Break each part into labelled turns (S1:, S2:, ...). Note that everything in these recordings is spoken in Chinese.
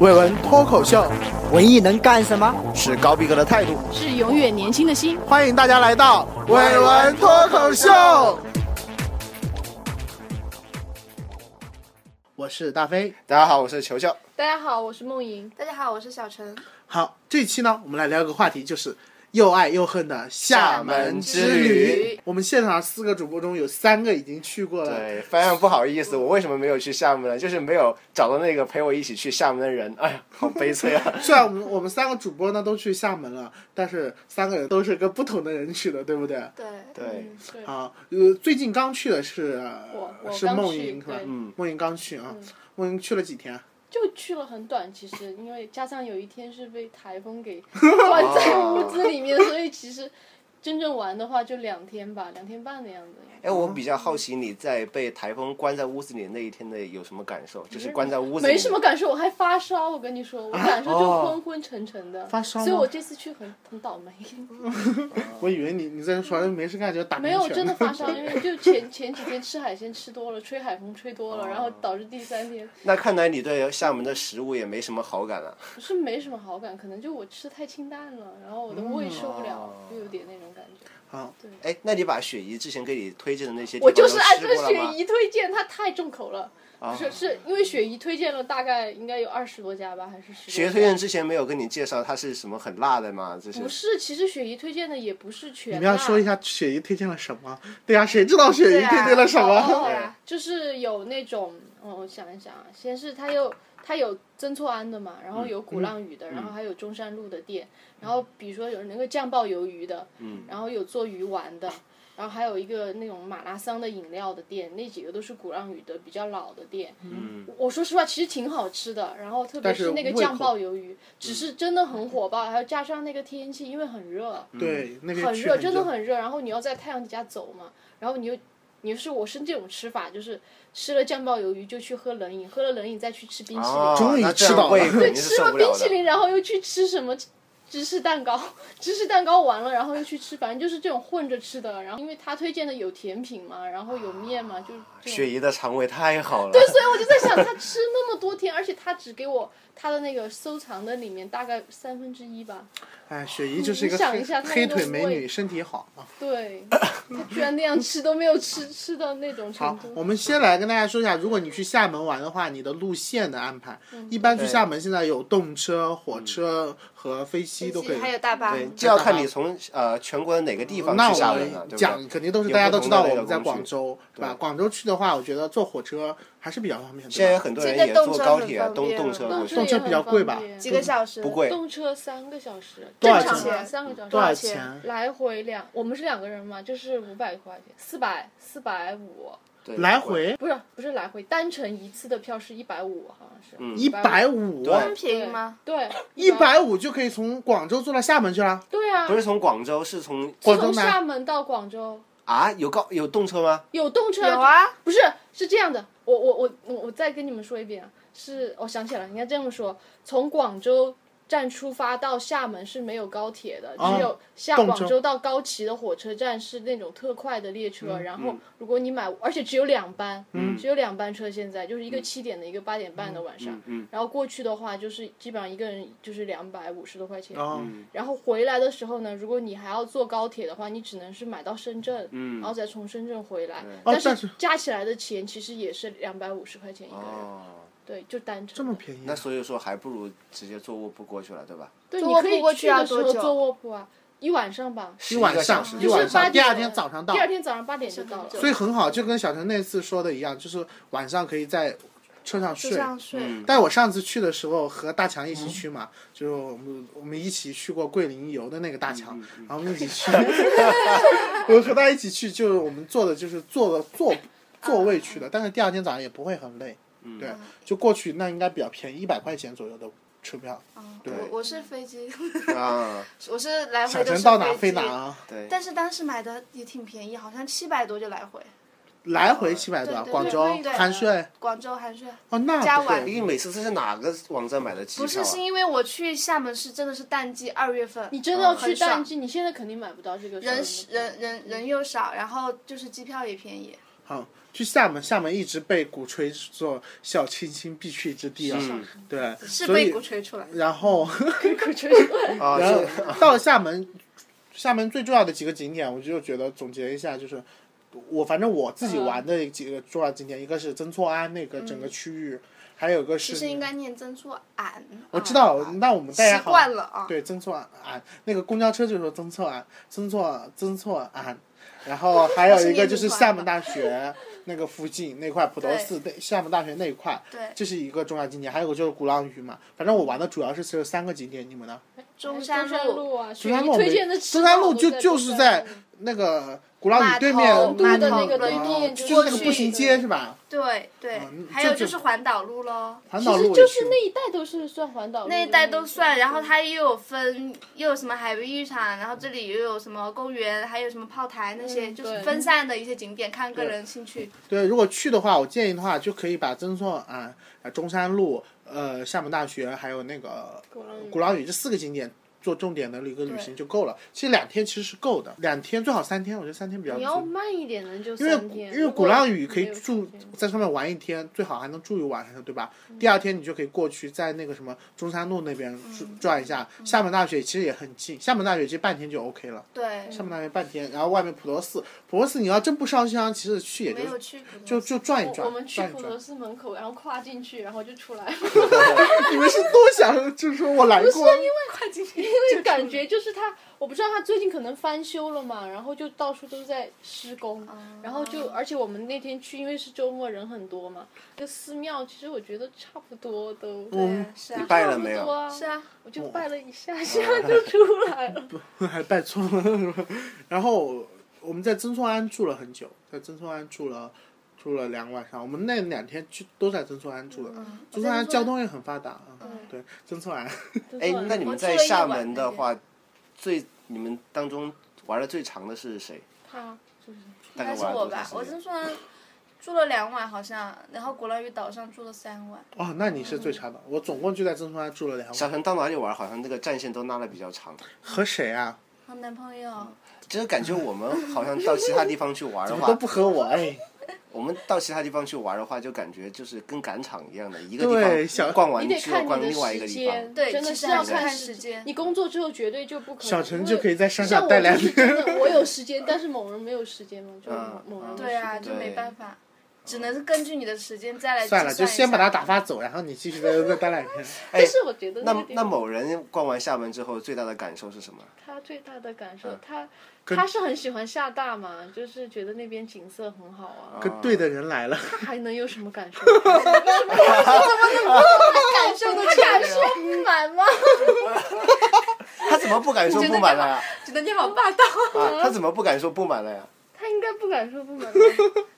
S1: 伟文脱口秀
S2: 文艺能干什么？
S1: 是高逼格的态度，
S3: 是永远年轻的心。
S1: 欢迎大家来到伟文脱口秀。我是大飞，大家好，我是球球。
S4: 大家好，我是梦莹。
S5: 大家好，我是小陈。
S1: 好，这期呢，我们来聊个话题，就是又爱又恨的厦门之
S5: 厦门之
S1: 旅
S5: 旅。
S1: 我们现场四个主播中有三个已经去过了，
S6: 对，非常不好意思，我为什么没有去厦门呢？就是没有找到那个陪我一起去厦门的人，哎呀，好悲催啊！
S1: 虽然我们我们三个主播呢都去厦门了，但是三个人都是跟不同的人去的，对不对？
S5: 对，
S6: 对，
S4: 对，
S1: 啊，呃，最近刚去的是呃
S4: 我我
S1: 是
S4: 刚
S1: 梦
S4: 去
S1: 莹是吧
S4: 对？
S1: 嗯，梦莹刚去啊
S4: 嗯，
S1: 梦莹去了几天啊？
S4: 就去了很短，其实因为加上有一天是被台 风给关在
S1: 啊
S4: 屋子里面，所以其实真正玩的话就两天吧，两天半的样子。
S6: 哎，我比较好奇你在被台风关在屋子里那一天的有什么感受？就是关在屋子
S4: 嗯
S6: 里，
S4: 没什么感受，我还发烧。我跟你说，我感受就昏昏沉沉的，
S1: 啊哦发烧吗
S4: 所以我这次去很很倒 霉，
S1: 我以为你你在说没事干就打
S4: 没
S1: 鸣
S4: 有
S1: 犬
S4: 真的 发烧，因为就前前几天吃海鲜吃多了，吹海风吹多了，
S1: 哦
S4: 然后导致第三天
S6: 那看来你对厦门的食物也没什么好感啊了、
S4: 是没什么好感，可能就我吃太清淡了，然后我的胃受不了，
S1: 嗯
S4: 就有点那种感觉。
S6: 哎，那你把雪姨之前给你推荐的那些地
S4: 我
S6: 方
S4: 就
S6: 都
S4: 是按
S6: 吃
S4: 照
S6: 过了
S4: 雪
S6: 吗？啊
S4: 姨推荐，她太重口了，是是因为雪姨推荐了大概应该有二十多家吧，还是十？
S6: 雪姨推荐之前没有跟你介绍它是什么很辣的吗？这
S4: 不
S6: 是
S4: 是，其实雪姨推荐的也不是全
S1: 你
S4: 辣。
S1: 们要说一下雪姨推荐了什么？对呀、谁知道雪
S5: 对
S1: 姨
S5: 啊
S1: 推荐了什么？
S5: 哦对啊，
S4: 就是有那种，哦，我想一想啊，先是它有它有曾厝垵的嘛，然
S6: 嗯
S4: 后有鼓浪屿的，然后还有中山路的店，然后比如说有那个酱爆鱿鱼的，
S6: 嗯
S4: 然后有做鱼丸的，然后还有一个那种马拉桑的饮料的店，那几个都是鼓浪屿的比较老的店。嗯，我说实话，其实挺好吃的，然后特别
S1: 但是
S4: 是那个
S1: 胃口
S4: 酱爆鱿鱼，只是真的很火爆，还有加上那个天气，因为很热。
S6: 嗯
S1: 对，那边
S4: 很
S1: 去
S4: 热，真的
S1: 热
S4: 很热。然后你要在太阳底下走嘛，然后你又，你又是我是这种吃法，就是吃了酱爆鱿鱼就去喝冷饮，喝了冷饮再去吃冰淇淋，
S6: 哦
S1: 终于
S6: 那这样
S1: 吃到了
S6: 胃肯定是
S4: 嗯 吃
S6: 受
S4: 了
S6: 不
S4: 冰
S6: 了
S4: 淇
S6: 的。
S4: 淋，然后又去吃什么芝士蛋糕， 芝士蛋糕完了，然后又去吃，反正就是这种混着吃的。然后因为他推荐的有甜品嘛，然后有面嘛，就是这种
S6: 雪姨的肠胃太好了，
S4: 所以我就在想，他吃那么多天，而且他只给我他的那个收藏的里面大概三分之一吧。
S1: 哎，雪姨就是一个
S4: 你想
S1: 黑
S4: 一下她
S1: 黑
S4: 那个嗯
S1: 腿美
S4: 胃
S1: 女，身体好啊。
S4: 对，他居然那样吃都没有吃吃到那种程
S1: 好
S4: 度，。
S1: 我们先来跟大家说一下，如果你去厦门玩的话，你的路线的安排。
S4: 嗯
S1: 一般去
S6: 对
S1: 厦门现在有动车、火车和飞机都可以。
S5: 还有大巴，
S6: 对，就要看你从呃全国的哪个地方
S1: 那
S6: 去
S1: 我
S6: 厦门了，
S1: 们
S6: 对不对？
S1: 讲肯定都是
S6: 有
S1: 大家
S6: 不
S1: 都知
S6: 同
S1: 道，
S6: 的那
S1: 我
S6: 个
S1: 们在
S6: 工
S1: 广
S6: 具
S1: 州，对吧？广州去的话，我觉得坐火车还是比较方便的。
S6: 现在
S1: 对
S6: 有
S1: 吧
S6: 很多人
S5: 现在
S6: 也
S5: 动
S6: 坐
S5: 车
S6: 高
S5: 很
S6: 铁、
S5: 方
S6: 动
S5: 便
S6: 动
S5: 了
S6: 车
S4: 动
S6: 过去
S4: 车，
S1: 动车
S4: 也
S1: 比较
S4: 很
S1: 贵
S4: 方
S1: 吧
S4: 便
S5: 几个小时
S6: 不贵。
S4: 动车三个小时，
S1: 多少
S4: 正常
S5: 钱
S4: 啊三个小时，
S1: 多少
S5: 钱
S1: 钱？
S4: 来回两，我们是两个人嘛，就是五百块钱，四百四百五，
S6: 对
S1: 来回
S4: 不是不是来回，单程一次的票是一百五，好像是。
S6: 嗯
S1: 一百五，啊
S6: 对
S5: 公平吗？
S4: 对，
S1: 一百五就可以从广州坐到厦门去了。
S4: 对啊
S6: 不，是从广州，是从
S1: 广州
S4: 从
S1: 南
S4: 厦门到广州
S6: 啊有高有动车吗？
S4: 有动车，
S5: 有啊，
S4: 不是是这样的，我我我我我再跟你们说一遍啊，是我想起来了，应该这么说，从广州。站出发到厦门是没有高铁的，
S1: 啊
S4: 只有下
S1: 动车
S4: 广州到高崎的火车站是那种特快的列
S1: 嗯
S4: 车。然后如果你买，而且只有两班，只有两班车，现在就是
S1: 嗯
S4: 一个七点的，一个八点半的晚上。然后过去的话，就是基本上一个人就是两百五十多块钱。
S1: 哦，
S4: 然后回来的时候呢，如果你还要坐高铁的话，你只能是买到深圳，然后再从深圳回来。
S1: 嗯哦但
S4: 但
S1: 是
S4: 是加起来的钱其实也是两百五十块钱一个人，
S6: 哦，
S4: 对，就单程。
S1: 这么便宜啊
S6: 那？所以说还不如直接坐卧铺过去了，对吧？
S4: 对，
S5: 坐
S4: 你
S5: 卧
S4: 可
S5: 铺
S4: 以
S5: 过
S4: 去
S5: 去要
S4: 的时候
S5: 多久
S4: 坐卧铺啊，一晚上吧，
S6: 一
S1: 一晚
S6: 个小
S1: 上
S6: 时，
S1: 一
S4: 就是
S1: 晚上，
S4: 八
S1: 第
S4: 点
S1: 二天早上到
S4: 第，二天早上八点就到了。
S1: 所以很好，就跟小陈那次说的一样，就是晚上可以在车上
S5: 就
S1: 睡
S5: 这。样睡，
S1: 但我上次去的时候和大强一起去嘛，就是我们我们一起去过桂林游的那个大强，然后我们一起去， 我和他一起去，就是我们坐的就是坐的坐座位去的，但是第二天早上也不会很累，对，就过去那应该比较便宜，一百块钱左右的车票，
S5: 哦
S1: 对
S5: 我我是飞机，
S6: 啊，
S5: 我是来
S1: 小
S5: 回都
S1: 陈
S5: 是
S1: 到哪
S5: 飞
S1: 飞哪。啊。
S6: 对，
S5: 但是当时买的也挺便宜，好像七百多就来回，
S1: 来回七百多啊，
S5: 对对
S1: 广
S5: 对
S1: 州
S5: 对对
S1: 含税
S5: 广州含税。
S1: 哦，那
S5: 加
S1: 不
S5: 完
S1: 贵
S6: 你每次这是哪个网站买的机
S5: 不
S6: 票
S5: 是，是
S6: 啊？
S5: 因为我去厦门是真的是淡季，二月份，嗯
S4: 你真的要
S5: 很
S4: 去
S5: 爽
S4: 淡季，你现在肯定买不到这个时候的。
S5: 人人人人又少，然后就是机票也便宜。
S1: 好，去厦门，厦门一直被鼓吹做小清新必去之地啊，对，
S5: 是
S1: 所
S5: 被
S1: 以
S5: 鼓吹出来的。
S1: 然后
S6: 啊，
S1: 然后
S6: 是
S1: 到了厦门，厦门最重要的几个景点，我就觉得总结一下，就是我反正我自己玩的几个重要景点，一个是曾厝垵那个整个区域，还有一个
S5: 其
S1: 是
S5: 实应该念曾厝垵，
S1: 我知道，那我们大家
S5: 习
S1: 好
S5: 惯了啊。
S1: 对曾厝垵啊，那个公交车就说曾厝垵，曾厝曾厝垵，然后还有一个就是厦门大 学那个附近那块普陀寺对厦门大学那一块，
S5: 对
S1: 这是一个重要景点，还有个就是鼓浪屿嘛，反正我玩的主要是这三个景点，你们呢？
S5: 中
S4: 哎山
S5: 山路
S4: 啊，
S1: 中山路
S4: 雪
S1: 没
S4: 梨推荐的
S1: 中山路就就是在
S4: 中山路
S1: 那个鼓浪屿对面
S5: 码头
S1: 嗯
S5: 码头
S4: 的那个对
S1: 嗯
S4: 面
S1: 就
S4: 就是过
S1: 那个
S4: 去
S1: 步行街是吧？
S5: 对对
S1: 嗯，
S5: 还有
S1: 就
S5: 就是是环岛路喽，
S1: 环
S4: 其
S1: 岛
S4: 实
S1: 路
S4: 就
S1: 也
S4: 是
S1: 去。
S4: 那一带都是算环岛路的嗯
S5: 那一带都算。然后
S4: 对
S5: 它又有分，又有什么海滨浴场，然后这里又有什么公园，还有什么炮台那些，
S4: 嗯
S5: 就是
S4: 对
S5: 分散的一些景点，看个人兴趣。
S1: 对，如果去的话，我建议的话就可以把曾厝垵、啊中山路、呃厦门大学还有那个
S4: 鼓浪屿
S1: 鼓浪屿这四个景点做重点的一个旅行就够了。其实两天其实是够的，两天最好三天，我觉得三天比较
S4: 你要
S1: 足。
S4: 慢一点的就
S1: 因为
S4: 三天，
S1: 因为
S4: 如
S1: 鼓
S4: 果
S1: 浪屿可以
S4: 没有
S1: 住
S4: 时间
S1: 在上面玩一天，最好还能住一晚上，对吧？第二天你就可以过去，在那个什么中山路那边
S4: 嗯
S1: 转转一下。厦门大学其实也很近，厦门大学其实半天就 OK 了。
S5: 对，
S1: 厦门大学半天，然后外面普陀寺，普陀寺你要真不烧香，其实去也
S5: 没
S1: 就
S5: 有去普
S1: 就
S5: 陀寺。
S1: 就转一
S4: 我
S1: 转，
S4: 我们去
S1: 转一
S4: 普
S1: 转
S4: 陀。寺门口，然后跨进去，然后就出来，
S1: 你们是多想，就是说我来过，
S4: 因为感觉就是它，我不知道它最近可能翻修了嘛，然后就到处都在施工，
S5: 哦
S4: 然后就而且我们那天去，因为是周末人很多嘛，这个寺庙其实我觉得差不多都。
S1: 我
S5: 对
S1: 们，
S5: 是
S6: 你
S5: 啊，
S6: 嗯拜了没
S4: 差不多
S6: 有？嗯哦
S4: 啊，
S5: 是啊，
S4: 我就拜了一下下就出来了。
S1: 还拜错了是吧。然后我们在曾厝垵住了很久，在曾厝垵住了住了两个晚上，我们那两天去都在曾厝垵住的。
S4: 嗯
S1: 曾厝垵交通也很发达啊，对，曾啊厝垵
S6: 哎，
S4: 真的
S6: 那你们在厦门的话，最你们当中玩的最长的是谁？
S4: 他就是
S6: 大概
S5: 还是
S6: 玩了
S5: 我
S6: 多长
S1: 啊
S5: 吧
S6: 时，间
S5: 我是说住了两晚好像，然后鼓浪屿岛上住了三晚。
S1: 哦，那你是最差的。我总共就在曾厝垵住了两
S6: 小
S1: 晚，
S6: 陈到哪里玩，好像那个战线都拉的比较长。
S1: 和谁啊？
S5: 和男朋友，
S1: 嗯
S6: 就是感觉我们好像到其他地方去玩的
S1: 怎么都
S6: 话，
S1: 不和我哎。
S6: 我们到其他地方去玩的话，就感觉就是跟赶场一样的，一个
S1: 对
S6: 地
S1: 小
S6: 方逛
S4: 你
S6: 完
S4: 得
S6: 之后
S4: 看
S6: 逛
S4: 你
S6: 另外一个
S4: 的时
S6: 地方
S4: 间，。
S5: 对
S4: 真的
S5: 其实
S4: 是
S5: 还
S4: 要
S5: 是
S4: 看
S5: 看
S4: 时
S5: 时间
S4: 你工作之后绝对就不可能。
S1: 小陈
S4: 因
S1: 就
S4: 为
S1: 可以在山
S4: 像
S1: 上
S4: 我
S1: 待两
S4: 就是
S1: 天。
S4: 真的，我有时 间，但是某人没有时间嘛，就
S6: 嗯
S4: 某人有
S5: 对啊，
S4: 时间
S5: 就没
S6: 对
S5: 办法，只能是根据你的时间再来计
S1: 算了，就
S5: 算一
S1: 先把
S5: 下
S1: 他打发走，然后你继续在再待两天。
S6: 哎
S4: 但，是我觉得
S6: 那
S4: 个地
S6: 那
S4: 方
S6: 某人逛完厦门之后，最大的感受是 什么？
S4: 他最大的感受
S6: 嗯，
S4: 他他是很喜欢厦大嘛，就是觉得那边景色很好啊，
S1: 跟对的人来了，
S4: 他还能有什么感受？
S5: 感受都感受不满吗？
S6: 他怎么不敢说不满了呀？
S5: 觉得你好霸道。
S6: 啊，他怎么不敢说不满了呀？
S4: 他应该不敢说不满吧，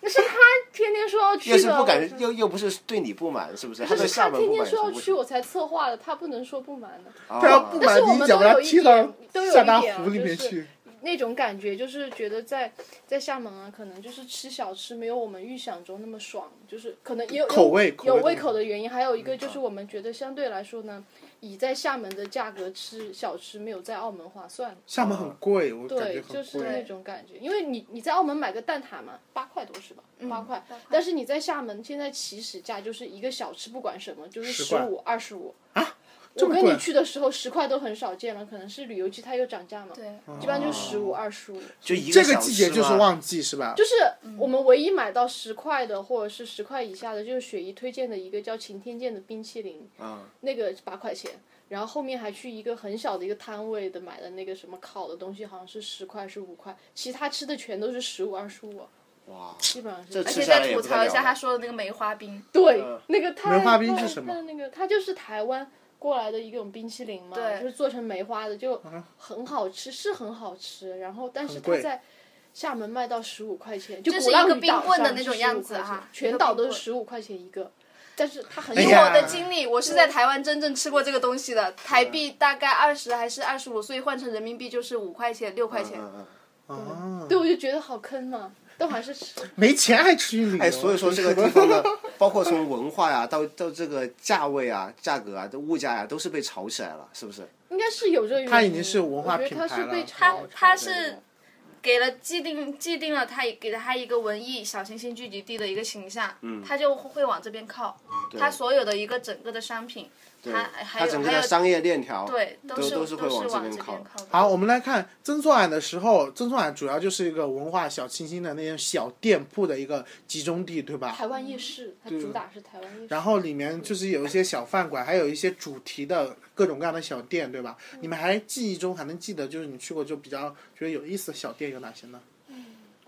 S4: 那是他天天说要去
S6: 又
S4: 的。
S6: 是不
S4: 啊我
S6: 敢，又又不是对你不满，是不是？
S4: 可
S6: 对
S4: 是
S6: 厦
S4: 他
S6: 门
S4: 天
S6: 不
S4: 天
S6: 满，
S4: 说要
S6: 是不
S4: 去，
S6: 是
S4: 我才策划的，他不能说不满的。
S6: 啊
S1: 他要不
S4: 但
S1: 满
S4: 是我
S1: 你
S4: 们
S1: 脚
S4: 都
S1: 把他
S4: 有一
S1: 踢到
S4: 点都有
S1: 下
S4: 一
S1: 大
S4: 点啊
S1: 湖里面
S4: 就是
S1: 去。
S4: 那种感觉就是觉得在在厦门啊，可能就是吃小吃没有我们预想中那么爽，就是可能也有
S1: 口味口
S4: 有
S1: 味
S4: 有
S1: 的
S4: 胃口的原因，还有一个就是我们觉得相对来说呢，以在厦门的价格吃小吃没有在澳门划算，
S1: 厦门很贵，我感觉
S4: 对，
S1: 很贵。
S4: 就是那种感觉，因为你你在澳门买个蛋挞嘛，八块多是吧？
S1: 嗯
S4: 八块
S5: 八块，
S4: 但是你在厦门现在起始价就是一个小吃，不管什么，就是
S1: 10
S4: 十
S1: 块啊
S4: 五、二十五。
S1: 这
S4: 我
S1: 么
S4: 跟
S1: 贵
S4: 你去的时候，十块都很少见了，可能是旅游季它又涨价嘛，
S5: 对，
S4: 一般就十
S1: 哦
S4: 五、二十五。
S6: 就一
S1: 这
S6: 个
S1: 个
S6: 小
S1: 季
S6: 时
S1: 节就是
S6: 嘛
S1: 旺季是吧？
S4: 就是我
S6: 嗯
S4: 们唯一买到十块的或者是十块以下的，就是雪姨推荐的一个叫晴天见的冰淇淋，
S6: 啊，
S4: 那个八块钱。然后后面还去一个很小的一个摊位的买的那个什么烤的东西，好像是十块是五块，其他吃的全都是十五二十五，
S6: 哇，
S4: 基本上
S6: 这
S4: 是。
S5: 而
S6: 吃
S5: 且
S6: 下来
S5: 再
S6: 也
S5: 吐
S6: 不得
S5: 槽
S6: 了
S5: 一下他
S6: 了。
S5: 说的那个梅花冰，
S4: 对，那个太
S1: 梅花呃冰是什么
S4: 太那个它就是台湾过来的一种冰淇淋嘛，
S5: 对
S4: 就是做成梅花的，就很好吃，是很好吃。然后，但是它
S1: 嗯贵
S4: 在厦门卖到十五块钱，就
S5: 就是
S4: 鼓浪
S5: 一个
S4: 屿
S5: 冰
S4: 岛
S5: 棍的
S4: 上
S5: 那
S4: 是
S5: 种
S4: 15
S5: 样子
S4: 块
S5: 哈
S4: 钱
S5: 一
S4: 全
S5: 个
S4: 岛
S5: 冰
S4: 都是
S5: 棍
S4: 十五块钱一个，但是它很
S1: 哎
S5: 以
S1: 呀
S5: 我的经历，我是在台湾真正吃过这个东西
S6: 嗯
S5: 的，台币大概二十还是二十五，所以换成人民币就是五块钱、六块钱。
S6: 嗯嗯
S1: 啊，
S4: 对，我就觉得好坑嘛，但我还是吃。
S1: 没钱还出去旅游。
S6: 哎，所以说这个 地方呢，包括从文化呀、到到这个价位啊、价格啊、的物价呀、都是被炒起来了，是不是？
S4: 应该是有这个原因，
S1: 它已经是文化
S4: 我觉得
S1: 品
S4: 它
S6: 嗯
S1: 牌
S4: 是
S1: 了
S4: 被
S1: 它
S4: 炒，
S5: 它是给了既定既定了他给了他一个文艺小清新聚集地的一个形象，
S6: 嗯
S5: 他就会往这边靠。他所有的一个整个的商品，他还
S6: 嗯它
S5: 有
S6: 整个
S5: 还
S6: 的
S5: 有
S6: 商业链条，
S5: 对
S6: 都
S5: 是
S6: 都
S5: 都
S6: 是
S5: 是
S6: 会往这
S5: 往
S6: 边
S5: 这
S6: 靠
S5: 边靠的。
S1: 好，我们来看曾厝垵的时候，曾厝垵主要就是一个文化小清新的那些小店铺的一个集中地，对吧？
S4: 台湾夜市，它主打是台湾夜市。
S1: 然后里面就是有一些小饭馆，还有一些主题的各种各样的小店，对吧？
S4: 嗯
S1: 你们还记忆中还能记得，就是你去过就比较觉得有意思的小店有哪些呢？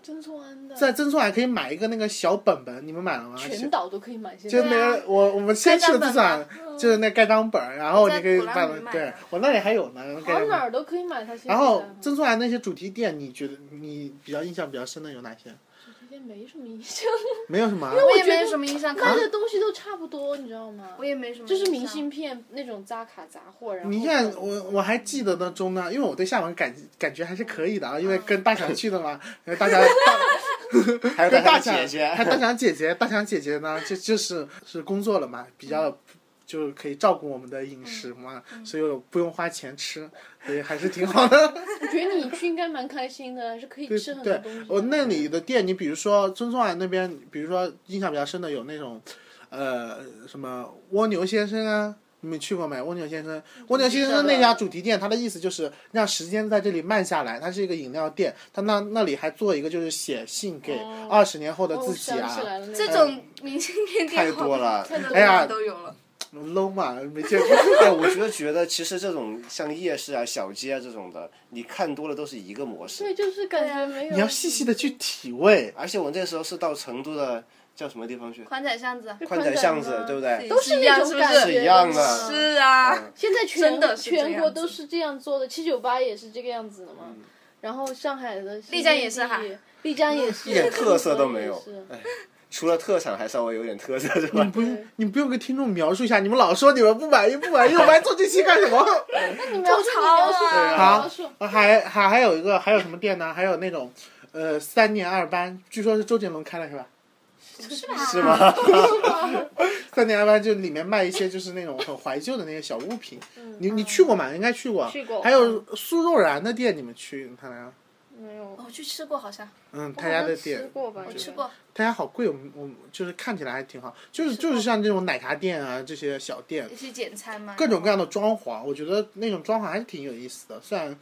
S4: 曾厝垵的
S1: 在曾厝垵可以买一个那个小本本，你们买了吗？
S4: 全岛都可以买，现
S1: 就
S4: 在
S1: 没人，我我们先去了自
S5: 盖
S1: 产，
S4: 嗯
S1: 就是那盖章本儿，然后
S5: 在
S1: 你可以
S5: 鼓浪
S1: 办
S5: 屿
S1: 了。
S5: 买
S1: 对
S5: 的
S1: 我那里还有呢，盖章
S4: 好
S1: 本
S4: 哪
S1: 儿。
S4: 儿都可以买。它现在
S1: 然后曾厝垵那些主题店，你觉得你比较印象比较深的有哪些？
S4: 这边没什么印象，
S1: 没有什么啊，
S5: 我也
S4: 觉
S5: 没
S4: 得
S5: 什么印象，可
S1: 啊
S4: 卖
S5: 能
S4: 的东西都差不多，你知道吗
S5: 我？也没什么印
S4: 就
S5: 象，
S4: 是明信片那种扎卡杂货，然后
S1: 你看我我还记得当中呢，因为我对厦门感感觉还是可以的啊，因为跟大强去的 嘛，然后大强大
S6: 还有
S1: 跟大
S6: 大
S1: 强
S6: 姐姐，
S1: 还大强姐姐，大强姐姐呢就就是是工作了嘛，
S6: 嗯
S1: 比较就可以照顾我们的饮食嘛，
S6: 嗯
S1: 所以我不用花钱吃，所以还是挺好的。
S4: 我觉得你去应该蛮开心的，是可以
S1: 对
S4: 吃很多
S1: 对
S4: 东西的。，
S1: 我那里的店，你比如说尊重啊那边，比如说印象比较深的有那种，呃，什么蜗牛先生啊，你们去过没？蜗牛先生，蜗牛先生那家主题店，它的意思就是让时间在这里慢下来。它是一个饮料店，它那那里还做一个就是写信给二十年后的
S4: 哦
S1: 自己
S4: 我
S1: 啊
S4: 想起来了那个
S5: 这种嗯明信片店
S6: 太 多了
S5: 太多
S1: 哎呀
S5: 都有了。
S1: ，low 嘛，没见过。
S6: 哎，我觉得觉得其实这种像夜市啊、小街啊这种的，你看多了都是一个模式。
S4: 对，就是感觉没有。
S1: 你要细细的去体味。
S6: 而且我那时候是到成都的叫什么地方去？
S5: 宽窄嗯巷子
S6: 宽窄巷子，对不对？
S4: 都
S5: 一
S4: 是那
S5: 样，
S4: 种
S5: 是不
S4: 感觉
S5: 是？
S6: 是一样的
S4: 嗯
S5: 是啊，
S4: 现在全
S5: 真的是这样子嗯
S4: 全国都是这样做的，七九八也是这个样子的嘛。然后上海的
S5: 丽江也是哈，
S4: 丽江也是，
S6: 一点特色都没有
S4: 也是
S1: 哎
S6: 除了特产还稍微有点特色是
S1: 你
S6: 吧？
S1: 嗯不用，你不用跟听众描述一下，你们老说你们不满意不满意，我们还做这期干 什么？
S4: 你描述你描述
S5: 对
S4: 你
S1: 啊
S4: 描述，
S1: 啊，还还还有一个还有什么店呢？还有那种，呃，三年二班，据说是周杰伦开的是吧？
S5: 是吧？
S6: 是吗？
S1: 三年二班就里面卖一些就是那种很怀旧的那些小物品。你你去过吗？应该去过。
S4: 嗯去过
S1: 还有苏若然的店，你们去他家？
S4: 没有，
S5: 我去吃过，好像
S1: 嗯，他家的
S4: 吃
S1: 店，
S4: 过吧？
S5: 我
S4: 应该
S5: 吃过。
S1: 他家好贵，我们我们就是看起来还挺好，就是就是像这种奶茶店啊这些小店，
S5: 也去简餐嘛，
S1: 各种各样的装潢，我觉得那种装潢还是挺有意思的。虽然，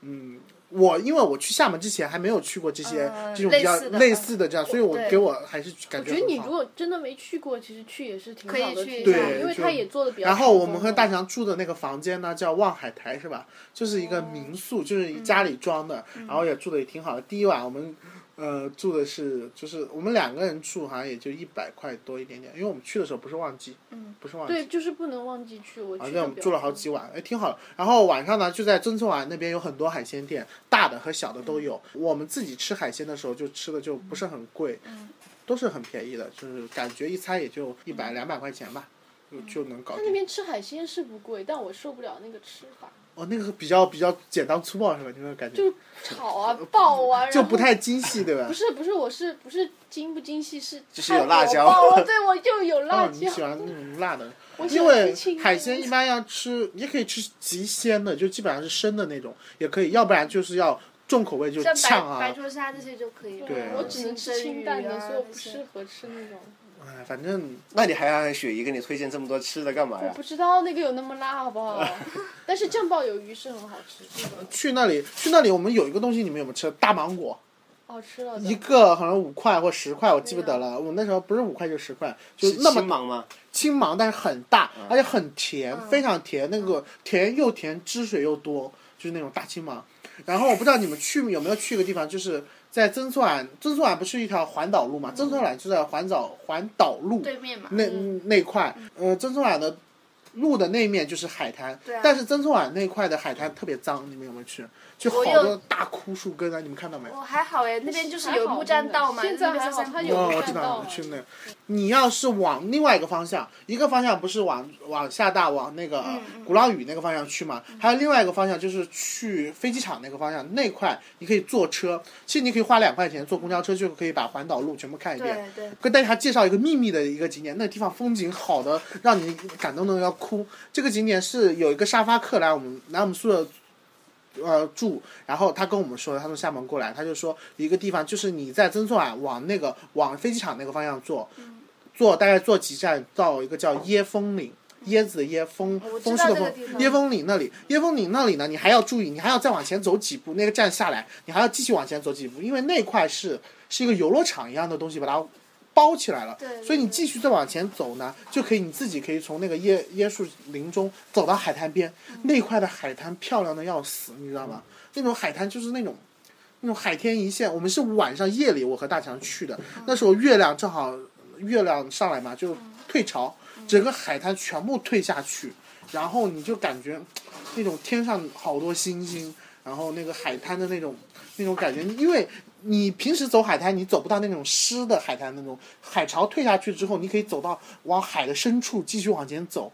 S1: 嗯，我因为我去厦门之前还没有去过这些
S5: 呃
S1: 这种比较
S5: 类似的
S1: 类似的这样，所以我
S5: 对
S1: 给我还是感
S4: 我觉得你
S1: 很
S4: 如
S1: 好。
S4: 果真的没去过，其实去也是挺
S5: 可以
S4: 好的
S5: 去
S4: 体
S5: 一下
S4: 验，因为
S1: 对
S4: 它也做的比较成功。
S1: 然后我们和大强住的那个房间呢，叫望海台是吧？就是一个
S4: 哦
S1: 民宿，就是
S4: 嗯
S1: 家里装的，然后也住的也挺好的。第一晚我们。呃，住的是就是我们两个人住，好像也就一百块多一点点，因为我们去的时候不是旺季，嗯，不是旺季，
S4: 对，就是不能忘记去。我
S1: 啊，
S4: 去
S1: 对，
S4: 的
S1: 我们住了好
S4: 比较
S1: 几晚，哎，挺好的。然后晚上呢，就在曾厝垵那边有很多海鲜店，大的和小的
S4: 嗯
S1: 都有。我们自己吃海鲜的时候，就吃的就不是很贵，
S4: 嗯
S1: 嗯都是很便宜的，就是感觉一餐也就一百两百块钱吧，就就能搞
S4: 多。他嗯那
S1: 定。
S4: 边吃海鲜是不贵，但我受不了那个吃 法，
S1: 哦，那个比较比较简单粗暴是吧？你们感觉
S4: 就是炒啊、爆啊，
S1: 呃就
S4: 然后
S1: 不太精细，对吧
S4: 不？是不是，我是不是精不精细是
S6: 就是有辣
S4: 太
S6: 椒
S4: 火爆了对我就有辣
S1: 哦，你
S4: 椒，
S1: 喜欢那种辣的，
S4: 我喜
S1: 因
S4: 欢
S1: 为
S4: 吃青
S1: 海
S4: 的
S1: 鲜一般要吃，也可以吃极鲜的，就基本上是生的那种，也可以，要不然就是要重口味，就
S5: 像白
S1: 呛啊，
S5: 白灼沙这些就可以了。
S1: 对啊
S4: 我只能吃清淡
S5: 啊
S4: 的，所以我不
S5: 吃
S4: 适。合吃那种。
S1: 哎，反正
S6: 那你还让雪姨给你推荐这么多吃的
S1: 哎
S6: 干嘛
S4: 我
S6: 呀？
S4: 不知道那个有那么辣，好不好？ 但是酱爆鱿鱼是很好吃，这个
S1: 去那里，去那里我们有一个东西，你们有没有吃？大芒果，
S4: 好哦吃了
S1: 一
S4: 的。
S1: 个好像五块或十块，我记不得了。我那时候不是五块就十块，就是那
S6: 青
S1: 么
S6: 芒吗？
S1: 青芒，但是很大，而且很甜，非常甜，那个甜又甜，汁水又多，就是那种大青芒。然后我不知道你们去有没有去一个地方，就是在曾厝垵，曾厝垵不是一条环岛路嘛？曾厝垵就在环岛环岛路
S5: 对面嘛，
S1: 那那块，呃，曾厝垵的路的那面就是海滩，
S5: 对啊
S1: 但是曾厝垵那块的海滩特别脏，你们有没有去？就好
S5: 我
S1: 多
S5: 有
S1: 大枯树根啊，你们看到没？
S5: 我还好哎，那边就是有木栈道嘛，
S4: 现在
S5: 那边
S4: 还好
S5: 山
S4: 它有
S1: 哦，我
S4: 看
S1: 知
S4: 到
S1: 道，我去那。你要是往另外一个方向，一个方向不是往往厦大往那个
S5: 嗯
S1: 鼓浪屿那个方向去嘛？还有另外一个方向就是去飞机场那个方向，那块你可以坐车，其实你可以花两块钱坐公交车就可以把环岛路全部看一遍。
S5: 对对，
S1: 跟大家介绍一个秘密的一个景点，那地方风景好的让你感动的要哭。这个景点是有一个沙发客来我们来我们宿舍呃住，然后他跟我们说，他从厦门过来，他就说一个地方就是你在曾厝垵往那个往飞机场那个方向坐，
S5: 嗯
S1: 坐大概坐几站到一个叫椰风岭。椰子的椰风
S5: 哦我知
S1: 风
S5: 道
S1: 树的
S5: 这
S1: 风
S5: 个地，方
S1: 椰风岭那里，椰风岭那里呢，你还要注意，你还要再往前走几步，那个站下来，你还要继续往前走几步，因为那块是是一个游乐场一样的东西，把它包起来了。
S5: 对
S1: 所以你继续再往前走呢，就可以你自己可以从那个椰椰树林中走到海滩边，那块的海滩漂亮的要死，你知道吗？那种海滩就是那种。那种海天一线，我们是晚上夜里，我和大强去的，那时候月亮正好月亮上来嘛，就退潮，整个海滩全部退下去，然后你就感觉那种天上好多星星，然后那个海滩的那种那种感觉，因为你平时走海滩，你走不到那种湿的海滩那种，海潮退下去之后，你可以走到往海的深处继续往前走，